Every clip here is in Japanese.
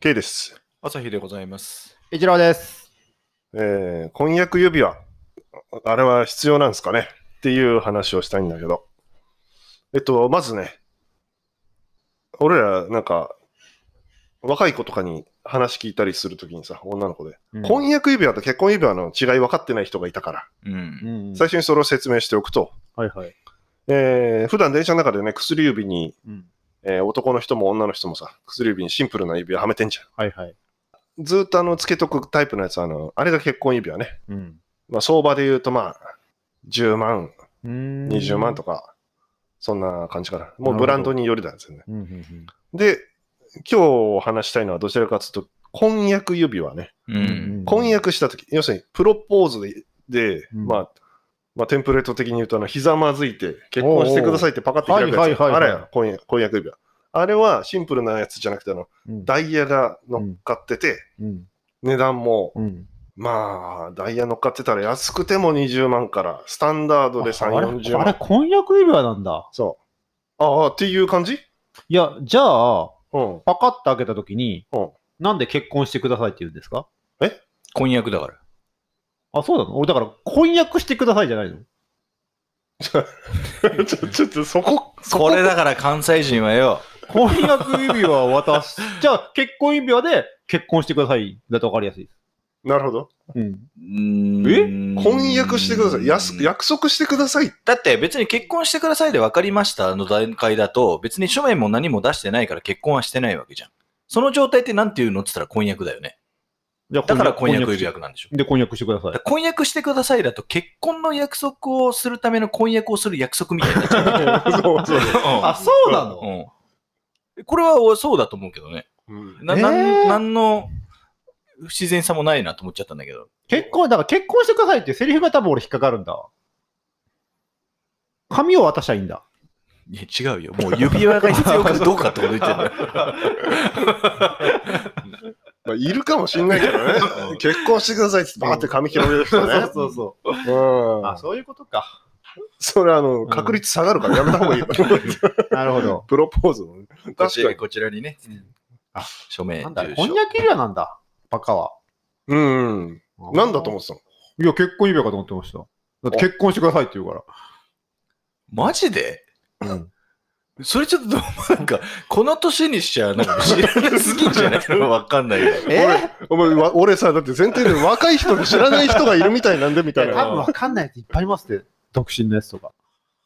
K です。朝日でございます。一郎です。えー婚約指輪、あれは必要なんですかねっていう話をしたいんだけど。えっと、まずね、俺らなんか、若い子とかに話聞いたりするときにさ、女の子で、婚約指輪と結婚指輪の違い分かってない人がいたから、うん。うん最初にそれを説明しておくと、はいはい。えー普段電車の中でね、薬指に、うんえー男の人も女の人もさ、薬指にシンプルな指輪はめてんじゃん。はいはい。ずーっとあの、つけとくタイプのやつ、あの、あれが結婚指輪ね。うん。まあ、相場で言うと、まあ、10万、20万とか。か、そんな感じかな。もうブランドによりだよね。うんうんで、今日話したいのはどちらかというと、婚約指輪ね。ううんん。婚。約したとき、要するにプロポーズで、でうんまあ、まあ、テンプレート的に言うと、あの、ひざまずいて、結婚してくださいってパカッて開くやつ。はいはいはいはいあれや、婚約婚約指輪。あれはシンプルなやつじゃなくて、あの、うんダイヤが乗っかってて、うん値段も、うん。まあ、ダイヤ乗っかってたら安くても20万から、スタンダードであれ3、40あれ万。婚約指輪なんだ。そう。ああ、っていう感じいや、じゃあ、 うん。パカッと開けたときにうん、なんで結婚してくださいって言うんですか婚約だから。あ、そうなの俺だから婚約してくださいじゃないのちょ、ちょっとそこ、そこれだから関西人はよ。婚約指輪を 渡す。じゃあ結婚指輪で結婚してくださいだとわかりやすいです。なるほど。うん。え婚約してください。安く、約束してくだ さい。だって別に結婚してくださいで分かりましたの段階だと、別に書面も何も出してないから結婚はしてないわけじゃん。その状態ってなんていうのって言ったら婚約だよね。じゃあだから婚約指して約なんでしょ。で、婚約してくださだいから。婚約してくださいだと結婚の約束をするための婚約をする約束みたいになっちゃ うそうそう。あ、そうなのうんうんこれはそうだと思うけどね。な、なんえーなんの不自然さもないなと思っちゃったんだけど。結婚、だから結婚してくださいってセリフが多分俺引っかかるんだ。紙を渡したいんだ。いや、違うよ。もう指輪が必要かどうかってこと言ってんだよ。 まあ、いるかもしんないけどね。結婚してくださいってバーって紙広げる人ね。 そうそう。うん。あ、そういうことか。それ、あの、確率下がるからやめた方がいいよ。なるほ ど。 プロポーズのね。確かこちらに。こちらにね。あ署名、なんだ、住婚所。約指輪なんだ。バカは。うん。なんだと思っってたのいや、結婚指輪かと思ってました。だって結婚してくださいって言うから。マジでうんそれちょっとどうも、なんか、この年にしちゃ、なんか知らなすぎんじゃない のわかんないけど。えお前わ俺さ、だって前提で若い人で知らない人がいるみたいなんでみた多いな。分わかんないやついっぱいいますって。独身のやつとか。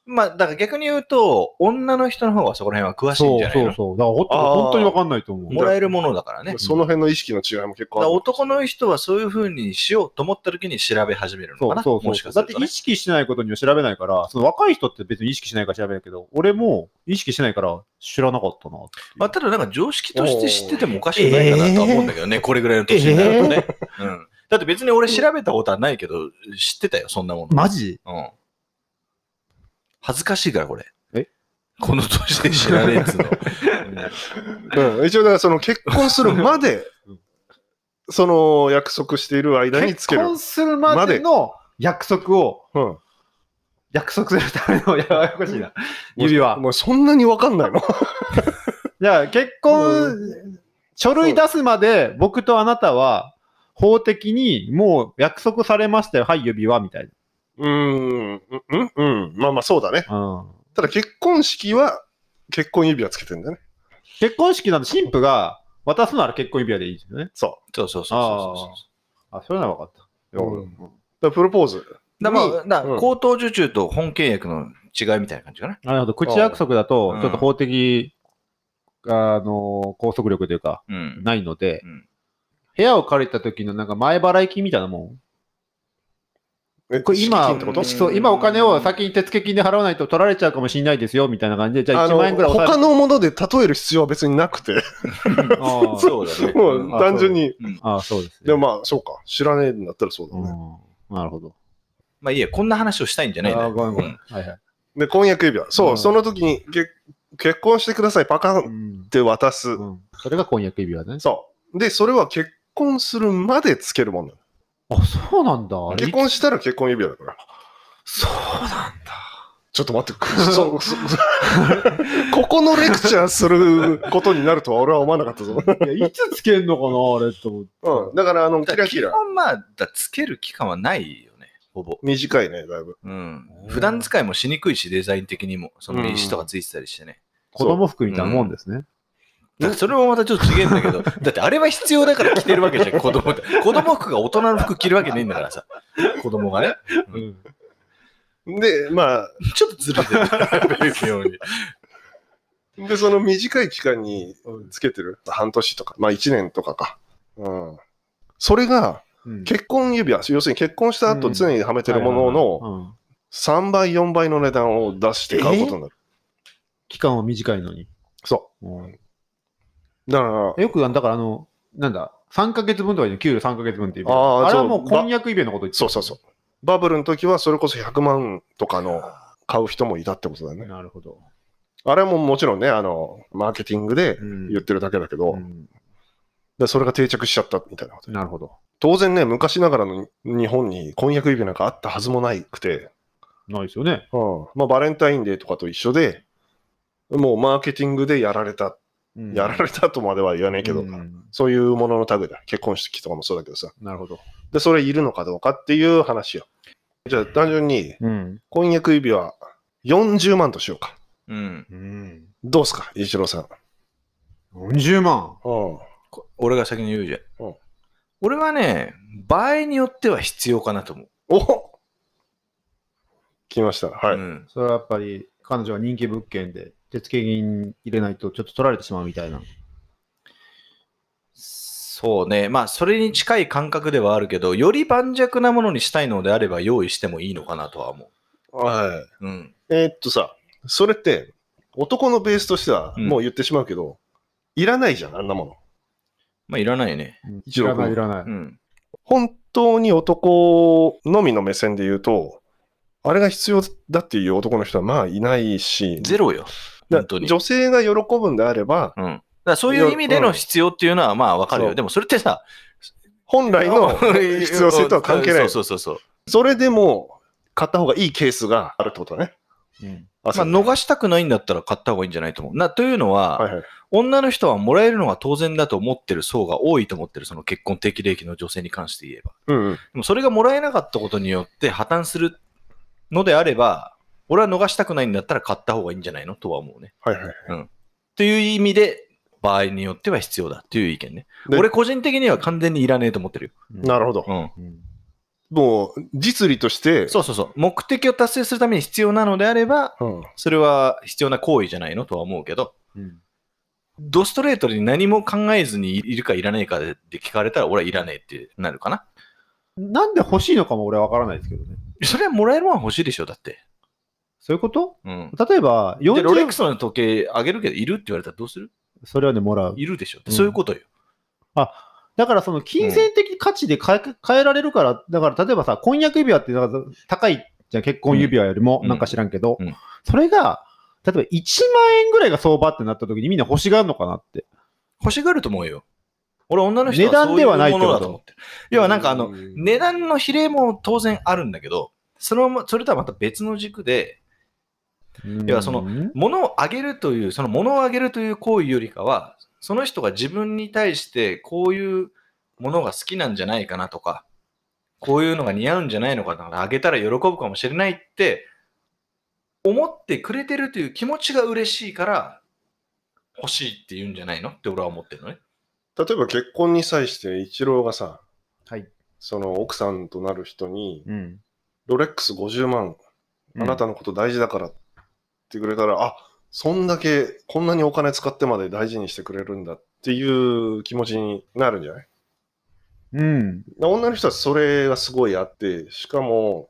まあ、だから逆に言うと、女の人の方がそこら辺は詳しいんそうじゃないのそうそう。だからほんとあー本当にわかんないと思う。もらえるものだからね。その辺の意識の違いも結だから構男の人はそういう風にしようと思った時に調べ始めるのそかうなそうもしそかう。すだっるてと、意ね。識しないことには調べないから、その若い人って別に意識しないから調べるけど、俺も意識しないから知らなかったなっていう。まあ、ただなんか常識として知っててもおかしくないかなとは思うんだけどね、これぐらいの年になるとね、うん。だって別に俺調べたことはないけど、知ってたよ、そんなもの。マジうん。恥ずかしいから、これ。えこの年で知らねえっつう の。うん一応だからその結婚するまでうん、その約束している間につ結ける。婚するまでの約束を、うん。約束するための、や やこしいな。指輪。もうそんなにわかんないのじゃあ結婚、書類出すまで僕とあなたは法的にもう約束されましたよ。はい、指輪みたいうーん、うん、うん。まあまあそうだね。な。うん。ただ結婚式は結婚指輪つけてんだよね。結婚式なんで神父が渡すなら結婚指輪でいいですよね。そそうそうそうそうそうああ、それなら分かった。うんう。だからプロポーズ。だからまあ、だかうらん口頭受注と本契約の違いみたいな感じかな。なるほど。口約束だとう、んちょっと法的、あの、拘束力というか、 うん。ないので、うん部屋を借りた時のなんか前払い金みたいなもん。えこれ今、敷金ってことそう今お金を先に手付金で払わないと取られちゃうかもしれないですよ、みたいな感じで、じゃああ1万円ぐのらい抑え他のもので例える必要は別になくて、あーそうだね。もううん単純に、あー、そうです、ね。でもまあそうか、知らねえんだったらそうだね。うん、なるほど。まあいいや、こんな話をしたいんじゃないんだあよーごめんごめうんん。はいはい。で、婚約指輪、そう、うんその時にけ結婚してください、パカンっうんて渡す。うんそれが婚約指輪ね。そう。で、それは結婚するまでつけるもんなあ、そうなんだ。あの。れ結婚したら結婚指輪だから。そうなんだ。ちょっと待って、くそそそここのレクチャーすることになるとは俺は思わなかったぞ。いやいつつけんのかな、あれと思って。うん、だから、あの、キラキ基ラ。本まあ、だつける期間はないよね、ほぼ。短いね、だいぶ。うんう。ん普段使いもしにくいし、デザイン的にも。その石とかついてたりしてね。子供服みたいなもんですね。だからそれもまたちょっと違えんだけど、 だってあれは必要だから着てるわけじゃん、子供って。子供服が大人の服着るわけねえんだからさ。子供がね。うんうんで、まあ、ちょっとずれてる。微妙 に。で、その短い期間につけてる。半年とか、まあ1年とかか。うん。それが、うん結婚指輪、要するに結婚した後うん常にはめてるもののうん3倍、4倍の値段を出して買うことになる。期間は短いのに。そうんう。だから、よく、だからあの、なんだ、3ヶ月分とかで給料3ヶ月分っていう。あーあれはそうもう婚約イベのこと言ってそうそうそう。バブルの時はそれこそ100万とかの買う人もいたってことだよね。なるほど。あれももちろんね、あの、マーケティングでうん言ってるだけだけど、うんでそれが定着しちゃったみたいなこと。なるほど。当然ね、昔ながらの日本に婚約指輪なんかあったはずもないくて、ないですよね。うんまあ、バレンタインデーとかと一緒で、もうマーケティングでやられた、うんやられたとまでは言わないけど、うんそういうものの類だ。結婚式とかもそうだけどさ。なるほど。で、それいるのかどうかっていう話よ。じゃあ、単純にうん。婚約指輪40万としようか。うん。うん。どうっすか、一郎さん。 40万。うん。こ俺が先に言うじゃんうん。俺はね、場合によっては必要かなと思う。お来ました。はい。うんそれはやっぱり彼女は人気物件で手付金入れないとちょっと取られてしまうみたいな。そうね。まあ、それに近い感覚ではあるけど、より盤石なものにしたいのであれば用意してもいいのかなとは思はう。うん。い。えーっとさ、それって、男のベースとしては、うんもう言ってしまうけど、いらないじゃん、あんなもの。まあ、いらないね。一郎いら君ない、いらなうい。ん。本当に男のみの目線で言うと、あれが必要だっていう男の人はまあいないし、ゼロよ。だ本当に女性が喜ぶんであれば、うん。だからそういう意味での必要っていうのはまあわかるそよ。うでもそれってさ、本来 の必要性とは関係ない。そうそうそうそう。それでも買った方がいいケースがあるってことね。うんままあ、逃したくないんだったら買った方がいいんじゃないと思う。なというのは、はいはい。女の人はもらえるのが当然だと思ってる層が多いと思ってる、その結婚適齢期の女性に関して言えば。うんうん。でもそれがもらえなかったことによって破綻するのであれば、俺は逃したくないんだったら買った方がいいんじゃないのとは思うね。はいはい。という意味で、場合によっては必要だっていう意見ね。で俺個人的には完全にいらねえと思ってるなるほど。よ。うん。ほど。もう実利として、そうそうそう。目的を達成するために必要なのであれば、うんそれは必要な行為じゃないのとは思うけど、うんドストレートに何も考えずにいるかいらないかで聞かれたら、俺はいらねえってなるかな。なんで欲しいのかも俺は分からないですけどね。それはもらえるもんは欲しいでしょ、だって。そういうことうん。例えば、で、ロレック40スの時計あげるけど、いるって言われたらどうするそれはね、もらう。いるでしょ。うんそういうことよ。だからその金銭的価値で変え,、変えられるから、だから例えばさ、婚約指輪ってなんか高いじゃん結婚指輪よりもうんなんか知らんけど、うんそれが、例えば1万円ぐらいが相場ってなった時にみんな欲しがるのかなって。欲しがると思うよ。俺、女の人値段はそういうでもはないってことのだと思ってる。要はなんかあの、うん値段の比例も当然あるんだけど、そのまそれとはまた別の軸で、要はそのうん物をあげるという、その物をあげるという行為よりかは、その人が自分に対してこういうものが好きなんじゃないかなとか、こういうのが似合うんじゃないのかな、あげたら喜ぶかもしれないって、思ってくれてるという気持ちが嬉しいから、欲しいって言うんじゃないのって俺は思ってるのね。例えば結婚に際して一郎がさ、はい。その奥さんとなる人に、うん。ロレックス50万、あなたのこと大事だからって言ってくれたら、あそんだけ、こんなにお金使ってまで大事にしてくれるんだっていう気持ちになるんじゃないうん。女の人はそれがすごいあって、しかも、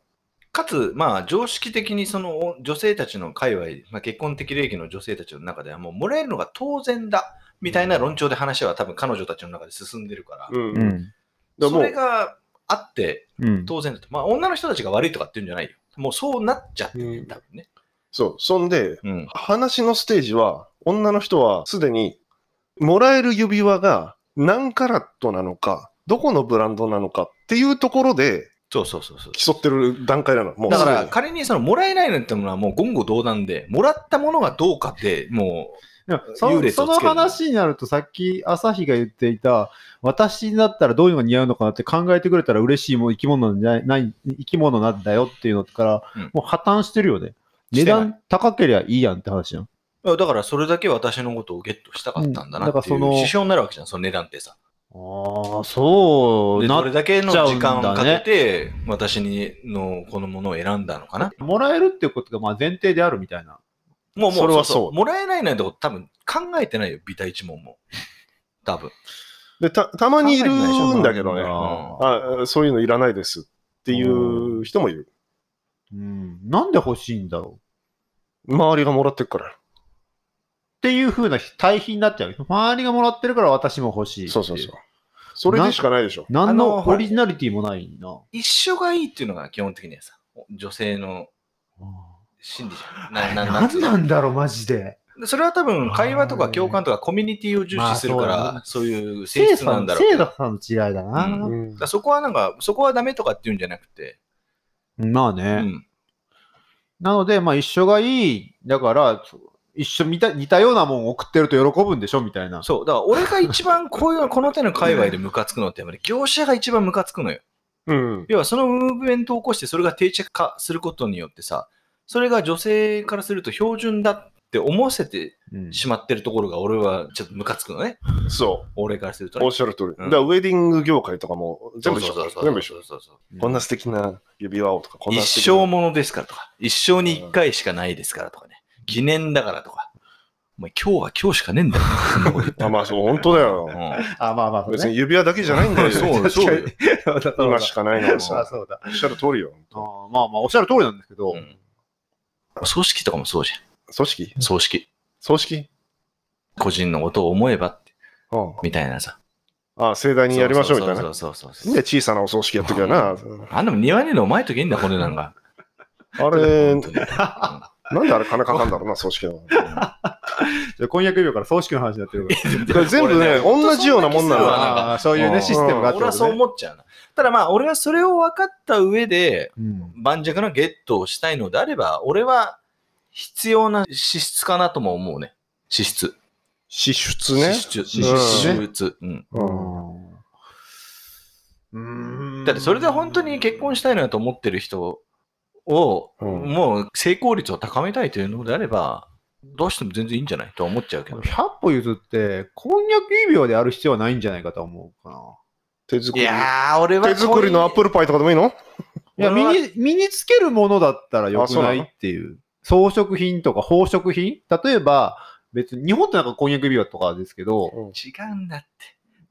かつ、まあ、常識的にそのお女性たちの界隈、まあ、結婚的礼儀の女性たちの中では、もうもらえるのが当然だみたいな論調で話は多分彼女たちの中で進んでるから、うんうだかん。らもそれうがあってうん。当然だと。まあ、女の人たちが悪いとかっていうんじゃないよ。もうそうなっちゃってるね、うん多分ね。そう、そんで、うん。話のステージは、女の人はすでに、もらえる指輪が何カラットなのか、どこのブランドなのかっていうところで、そうそうそうそう。競ってる段階なの。もうだかすでらに仮にそのもらえないなんてものはもう言語道断で、もらったものがどうかって、もでもそ優の劣をそつけるの話になると、さっき朝日が言っていた、私だったらどういうのが似合うのかなって考えてくれたら嬉しいもん生き物なんじゃないない、生き物なんだよっていうのから、うんもう破綻してるよね。して値ない段高ければいいやんって話じゃん。う、いやだからそれだけ私のことをゲットしたかったんだなうんだからっていうその指標になるわけじゃん、その値段ってさ。ああ、そうで、どれだけの時間をなかっちゃうんだねけて、私にのこのものを選んだのかな。もらえるっていうことがまあ前提であるみたいな。もうもうそれはそうもらえないなんてこと多分考えてないよ、ビタ一問も。多分。でたたまにいるんだけどね考えてないでしょあ、そういうのいらないですっていう人もいる。うん、なんで欲しいんだろうっ周りがもらってくから。ていう風な対比になっちゃう。周りがもらってるから私も欲しいっていそうそうそう。。それでしかないでしょ。何あののほらオリジナリティもないな。一緒がいいっていうのが基本的にはさ、女性の心理じゃん。なななんつう何のなんだろう、マジで。でそれは多分会話とか共感とかコミュニティを重視するから、まあそういう性生質なんだろうけ生ど。だ徒さんの違いだな。ううんからそこはなんか、そこはダメとかっていうんじゃなくて、まあうね。ん、なので、まあ一緒がいい。だから、一緒見た似たようなもん送ってると喜ぶんでしょみたいな。そう、だから俺が一番こういう、この手の界隈でムカつくのって、やっぱり業者が一番ムカつくのよ。うん。要はそのムーブメントを起こして、それが定着化することによってさ、それが女性からすると標準だって思わせてうんしまってるところが俺はちょっとムカつくのね。そ俺からするとう。おっね。しゃる通り。だうんからウェディング業界とかも全部一そうそうそ緒。う全部一緒。そうそうそうこんな素敵な指輪をとか、こんな素一敵な生ものですからとか、一生に一回しかないですからとかね、記念だからとか、お前今日は今日しかねえんだよな、そんなこと言ったあらま あ、そう、本当だよ。あ、まあまあ、そう別にね。指輪だけじゃない んだよ。そうそうよ そうだそうだ今しかない のにあさ。そうだおっしゃる通りよ。あーまあまあ、おっしゃる通りなんですけど、うんうん葬式とかもそうじゃ組織ん、葬式。葬式個人のことを思えばって、うんみたいなさ。あ、盛大にやりましょうみたいそな。うそうそうそうで、小さなお葬式やっときゃな。あんなもん庭にいるのお前とけんだ、これなんか。あれ本、当にうなんであれ金かかんだろう な、葬式の。じゃあ婚約指輪から葬式の話になって るから。全部ね、同じようなもんなの俺ねよ。あー そういううんね、システムがあんって俺こはそうとね。思っちゃうな。ただまあ、俺はそれを分かった上で、うん盤石なゲットをしたいのであれば、俺は必要な資質かなとも思うね。資質。支出ね資。質。資うん質。うん。うんだってそれで本当に結婚したいなと思ってる人を、うんもう成功率を高めたいというのであれば、どうしても全然いいんじゃないとは思っちゃうけど。 100歩譲って、こんにゃく指輪である必要はないんじゃないかと思うかな。手作いり。やー、俺は手作りのアップルパイとかでもいいのいや、俺身はに、身につけるものだったらよくないっていう。装飾品とか宝飾品例えば、別に、日本ってなんか婚約指輪とかですけど、違うんだって。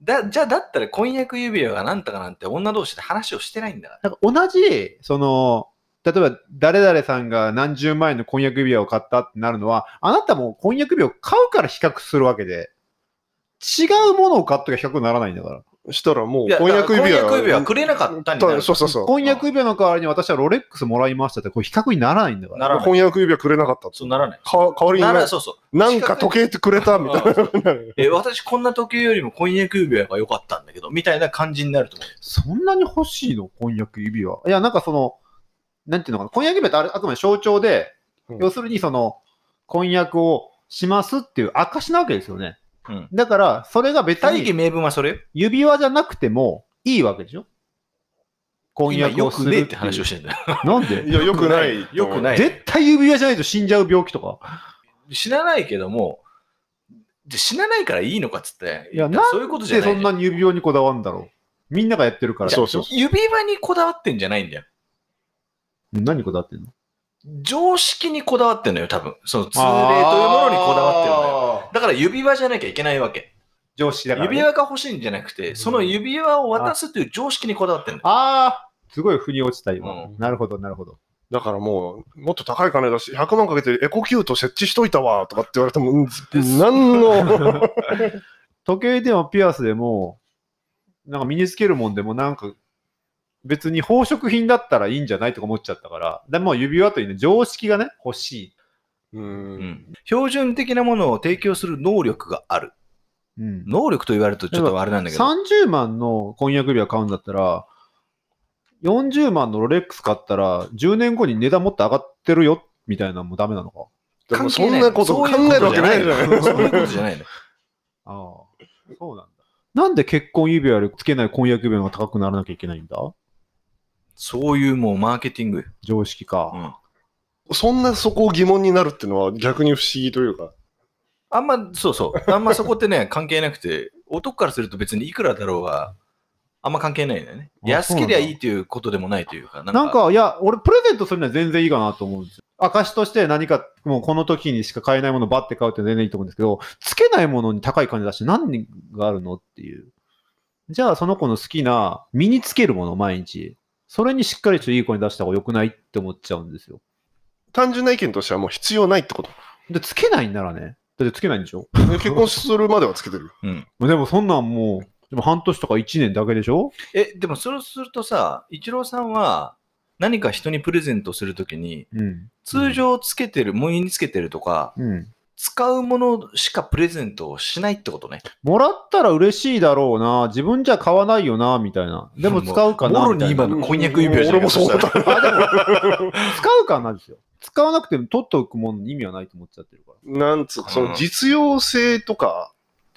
だ、じゃあだったら婚約指輪がなんとかなんて女同士で話をしてないんだから。なんか同じ、その、例えば、誰々さんが何十万円の婚約指輪を買ったってなるのは、あなたも婚約指輪を買うから比較するわけで、違うものを買ったら比較にならないんだから。したらもいうや婚約指輪。婚約指輪くれなかったになるそうそうそう。婚約指輪の代わりに私はロレックスもらいましたって、これ比較にならないんだから。ならない婚約指輪くれなかった。そうならない。か代わりにななら、そうそう。なんか時計ってくれたみたいな。 え、私こんな時計よりも婚約指輪が良かったんだけど、みたいな感じになると思う。そんなに欲しいの婚約指輪。いや、なんかその、なんていうのかな、婚約指輪ってあれあくまで象徴で、うん要するにその、婚約をしますっていう証なわけですよね。うんだから、それが別大義に名分はそれよ。指輪じゃなくてもいいわけでしょ婚今約よをすくるねえいって話をしてんだよ。うなんでいや、よくない。よくない。絶対指輪じゃないと死んじゃう病気とか。死なないけども、じゃあ死なないからいいのかっつって。いや、だかならそういうことんじゃでなそいんじゃ。なんに指輪にこだわるんだろう。みんながやってるから。そうそう。指輪にこだわってんじゃないんだよ。何にこだわってんの常識にこだわってんのよ、多分。その通例というものにこだわってるのよ。わってるだから指輪じゃなきゃいけないわけ。常識だから、ね。指輪が欲しいんじゃなくて、その指輪を渡すという常識にこだわってんだよ。ああ、すごい腑に落ちた今。うんなるほど、なるほど。だからもう、もっと高い金だし、100万かけてエコキュート設置しといたわとかって言われても、うんなん の。時計でもピアスでも、なんか身につけるもんでも、なんか別に宝飾品だったらいいんじゃないとか思っちゃったから、でも指輪というね、常識がね、欲しう。うんん標準的なものを提供する能力がある。い。うん。能力と言われるとちょっとあれなんだけど。 30万の婚約指輪買うんだったら、 40万のロレックス買ったら、10年後に値段もっと上がってるよ、みたいなのもダメなのか。でも関そ係んいなこと考えるわけないじゃないそういうことじゃないの。ああ、そうなんだ。なんで結婚指輪よりつけない婚約指輪の方が高くならなきゃいけないんだそういうもうマーケティングよ。常識か。うん そんなそこを疑問になるってのは逆に不思議というか。あんま、そうそう。あんまそこってね、 関係なくて、男からすると別にいくらだろうが、あんま関係ないんだよね。あ安けりゃいいということでもないというか、なんか、いや、俺、プレゼントするには全然いいかなと思うんですよ。証として何か、もうこの時にしか買えないものばって買うって全然いいと思うんですけど、つけないものに高い感じだし、何があるのっていう。じゃあ、その子の好きな、身につけるもの、毎日。それにしっかりといい子に出した方が良くないって思っちゃうんですよ。単純な意見としてはもう必要ないってこと。で、つけないんならね。だってつけないんでしょで結婚するまではつけてる。うん。でもそんなんもう、でも半年とか1年だけでしょえ、でもそれをするとさ、イチローさんは何か人にプレゼントするときに、うん。通常つけてる、もう身につけてるとか、うん。使うものしかプレゼントをしないってことね。もらったら嬉しいだろうな。自分じゃ買わないよな、みたいな。でも使うかな。もろみたにいな今の婚約指輪じゃん俺もそう思った。使うかなですよ。使わなくても取っておくものに意味はないと思っちゃってるから。 なんつうか、その実用性とか、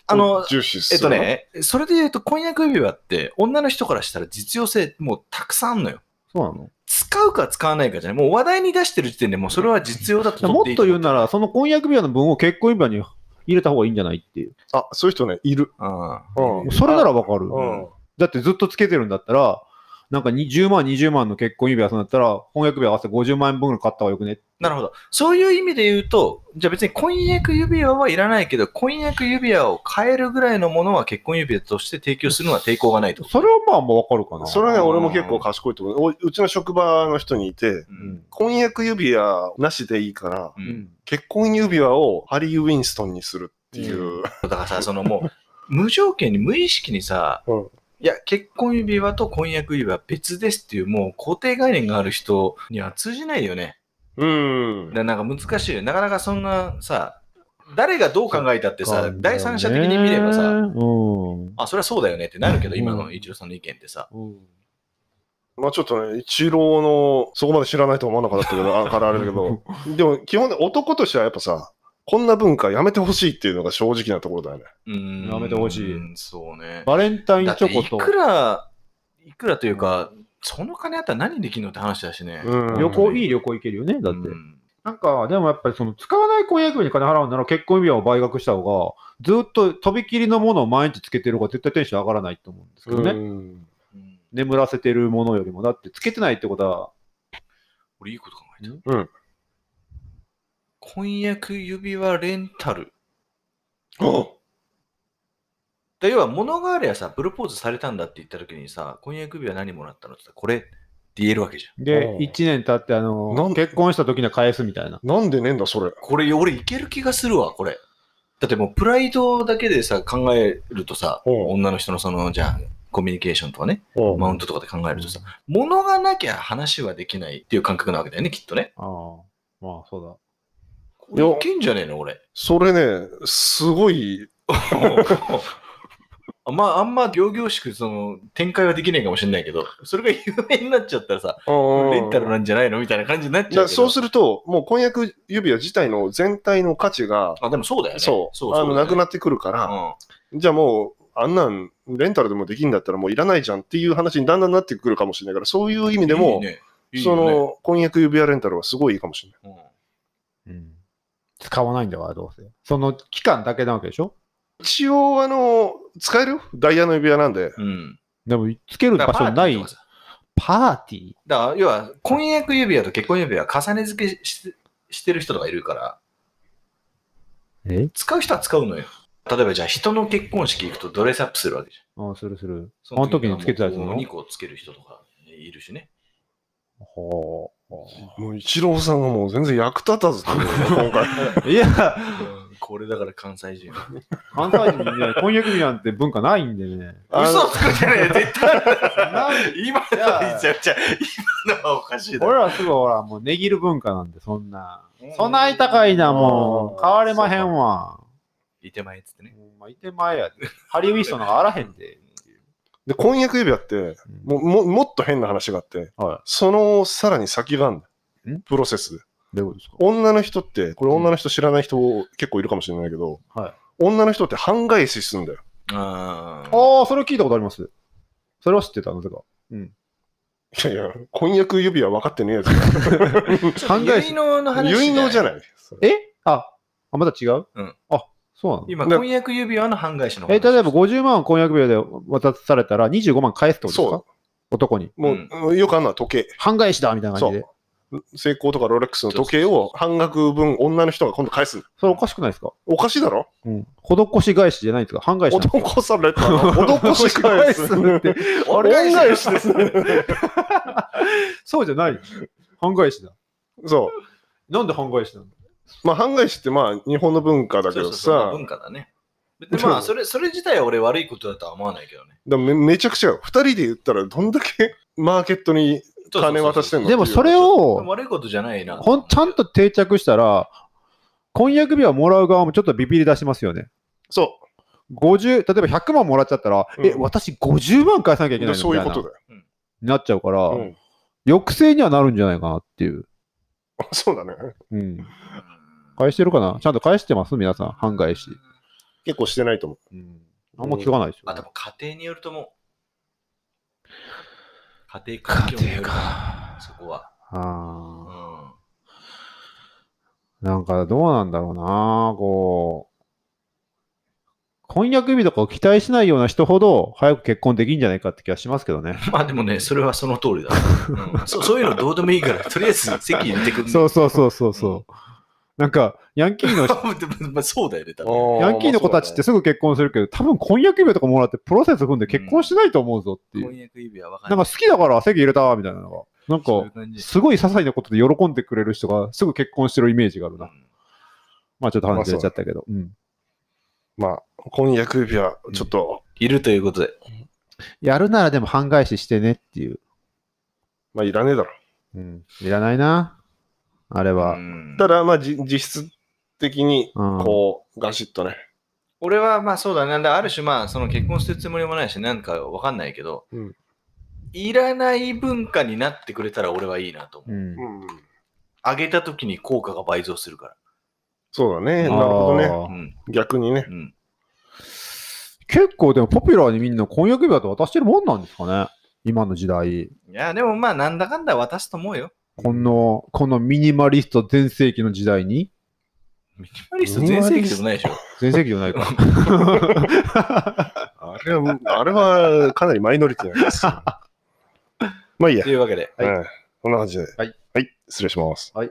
あの、重視すえっると。ね、それで言うと婚約指輪って女の人からしたら実用性もうたくさんあんのよ。そうなの使うか使わないかじゃない。もう話題に出してる時点でもうそれは実用だとも取っていいと思言うなら、その婚約指輪の分を結婚指輪に入れた方がいいんじゃないっていう。あ、そういう人ね、いる。うんそれならわかる。うん。だってずっとつけてるんだったら、なんかに10万、20万の結婚指輪そうなったら、婚約指輪合わせて50万円分ぐらい買った方がよくね。なるほど。そういう意味で言うと、じゃあ別に婚約指輪はいらないけど、婚約指輪を変えるぐらいのものは結婚指輪として提供するのは抵抗がないと。それはまあまあわかるかな。それはね、俺も結構賢いと思う。おうちの職場の人にいて、うう。ん。婚約指輪なしでいいから、ううんん。結婚指輪をハリー・ウィンストンにするっていう。だからさ、そのもう、無条件に無意識にさ、うんいや、結婚指輪と婚約指輪は別ですっていう、もう固定概念がある人には通じないよね。うん。だなんか難しいよ。なかなかそんなさ、誰がどう考えたってさ、第三者的に見ればさ、うん。あ、それはそうだよねってなるけど、うん今の一郎さんの意見ってさ。まあちょっとね、一郎の、そこまで知らないと思わなかったけど、あからあれだけ ど、でも基本で男としてはやっぱさ、こんな文化やめてほしいっていうのが正直なところだよね。うんやめてほしいうんそうね。バレンタインだチってョコいとくら、いくらというか、その金あったら何できるのって話だしね。うん旅行、いい旅行行けるよね、だって。うんなんか、でもやっぱりその使わない婚約に金払うなら結婚指輪を倍額した方が、ずっととびきりのものを毎日つけてる方が絶対テンション上がらないと思うんですけどね。うんうん眠らせてるものよりも、だってつけてないってことは、俺いいこと考えた。うん婚約指輪レンタル。あだ要は物がありゃさ、プロポーズされたんだって言った時にさ、婚約指輪何もらったのって言ったら、これって言えるわけじゃん。うでん、 1年経って、あなのん、結婚した時には返すみたいな。なんでねえんだ、それ。これ俺いける気がするわ、これ。だってもうプライドだけでさ、考えるとさ、うん女の人のその、じゃあ、コミュニケーションとかね、うんマウントとかで考えるとさ、物がなきゃ話はできないっていう感覚なわけだよね、きっとね。ああ、まあそうだ。これいけんじゃねえの、俺。それね、すごい、 あまあ、あんま行々しくその展開はできないかもしれないけど、それが有名になっちゃったらさ、レンタルなんじゃないのみたいな感じになっちゃうだけど。そうすると、もう婚約指輪自体の全体の価値が、あ、でもそうだよね。そう、そうあの、なくなっってくるから、た。じゃあもう、あんなん、レンタルでもできんだったらもういらないじゃんっていう話にだんだんなってくるかもしれないから、そういう意味うん、でも、いいねいいそよねの、婚約指輪レンタルはすごいいいかもしれない。うんうん。使わないんだから、どうせ。その期間だけなわけでしょ一応、あの、使えるよダイヤの指輪なんで。うん。でも、つける場所なだからいパーティーとかさパーティーだから、要は、婚約指輪と結婚指輪は重ね付けししてる人とかいるから、え使う人は使うのよ。例えば、じゃあ、人の結婚式行くとドレスアップするわけじゃん。ああ、するする。そあの時につけてたやつなのもう2個つける人とかいるしね。ほもう、一郎さんがもう全然役立たずだ ね今回。う。いや、うんこれだから関西人。関西人にね、婚約指輪なんて文化ないんでね。 あの嘘つくじゃねえ、絶対。ない今のは、じゃじゃ今のはおかしいだ俺ろ。らすぐほら、もう値切る文化なんで、そんな。うんそない高いな、もうんう。買われまへんわ。いてまえっつってね。まあ、いて前やで。ハリウィストなんかあらへんで。で、婚約指輪って、もももっと変な話があって、はそのさらに先があるんだよん。プロセスで。い。どういうことですか女の人って、これ女の人知らない人結構いるかもしれないけど、はい女の人って半返しするんだよ。あーああ、それは聞いたことあります。それは知ってた、なぜか。いやいや、婚約指輪分かってねえやつ。 考え結納の話。結納じゃない。えあ、あ、また違ううん。あ、そうなの今、な婚約指輪の半返しの話。え、例えば50万を婚約秒で渡されたら25万返すってことですかそ男に。もう、よくあるのは時計。半返しだみたいなそ感じうで。。成功とかロレックスの時計を半額分女の人が今度返すんだ。それおかしくないですかおかしいだろうん。施し返しじゃないんですか半返しなんですか。男されたの。男し返す。って。あれ恩返しですね。そうじゃない。半返しだ。そう。なんで半返しなのまあ、半返しってまあ、日本の文化だけそうそどうそうまあさ、文化だね。でまあ、それ、それ自体は俺悪いことだとは思わないけどね。でもめめちゃくちゃ、二人で言ったらどんだけ マーケットにそうそうそう金渡してんのでもそれを、悪いことじゃないな。ほん、ちゃんと定着したら、婚約指輪もらう側もちょっとビビり出しますよね。そ50、例えば100万もらっちゃったら、うん。え、私50万返さなきゃいうけないのそういうこみとたいなだよ。なっちゃうから、うん、抑制にはなるんじゃないかなっていう。そうだね。うん。うん返してるかなちゃんと返してます皆さん。半返し。結構してないと思うん。あんま聞かないでしょ。あ、でも家庭によるとも。家庭環境によるな。そこは。うあん。ーなんかどうなんだろうなこう。婚約日とかを期待しないような人ほど早く結婚できんじゃないかって気がしますけどね。まあでもね、それはその通りだ。うん、そそういうのどうでもいいから、とりあえず席入れてくんそうそうそうそうそう。なんか、ヤンキーの、う。で もまあそうだよね、多分。う。 ヤンキーの子たちってすぐ結婚するけど、多分婚約指輪とかもらってプロセス踏んで結婚しないと思うぞっていう。婚約指輪わかんなない。んか好きだから席入れたみたいなのが。なんそういうか、感じ。すごい些細なことで喜んでくれる人がすぐ結婚してるイメージがあるうな。んまあちょっと話ずれちゃったけど。うん。まあ、婚約指輪、ちょっと、いるということで。やるならでも半返ししてねっていう。まあ、いらねえだろ。うん。いらないな。あれは。うんただ、まあ、じ実質的に、うん。こう、ガシッとね。俺はまあそうだね。だからある種まあその結婚してるつもりもないし、なんかわかんないけど、うんいらない文化になってくれたら俺はいいなと思う。うんうん。あげた時に効果が倍増するかそうだね。なあるーほどね。ら。うん。逆にねう。ん。結構でもポピュラーにみんな婚約指輪って渡してるもんなんですかね今の時代。いや、でもまあなんだかんだ渡すと思うよ。この、このミニマリスト全盛期の時代にミニマリスト全盛期でもないでしょ。全盛期じゃないか。あれは、あれは、かなりマイノリティなんです よ。まあいいやと。いうわけで。うん。こんな感じで。はい。はい。失礼します。はい。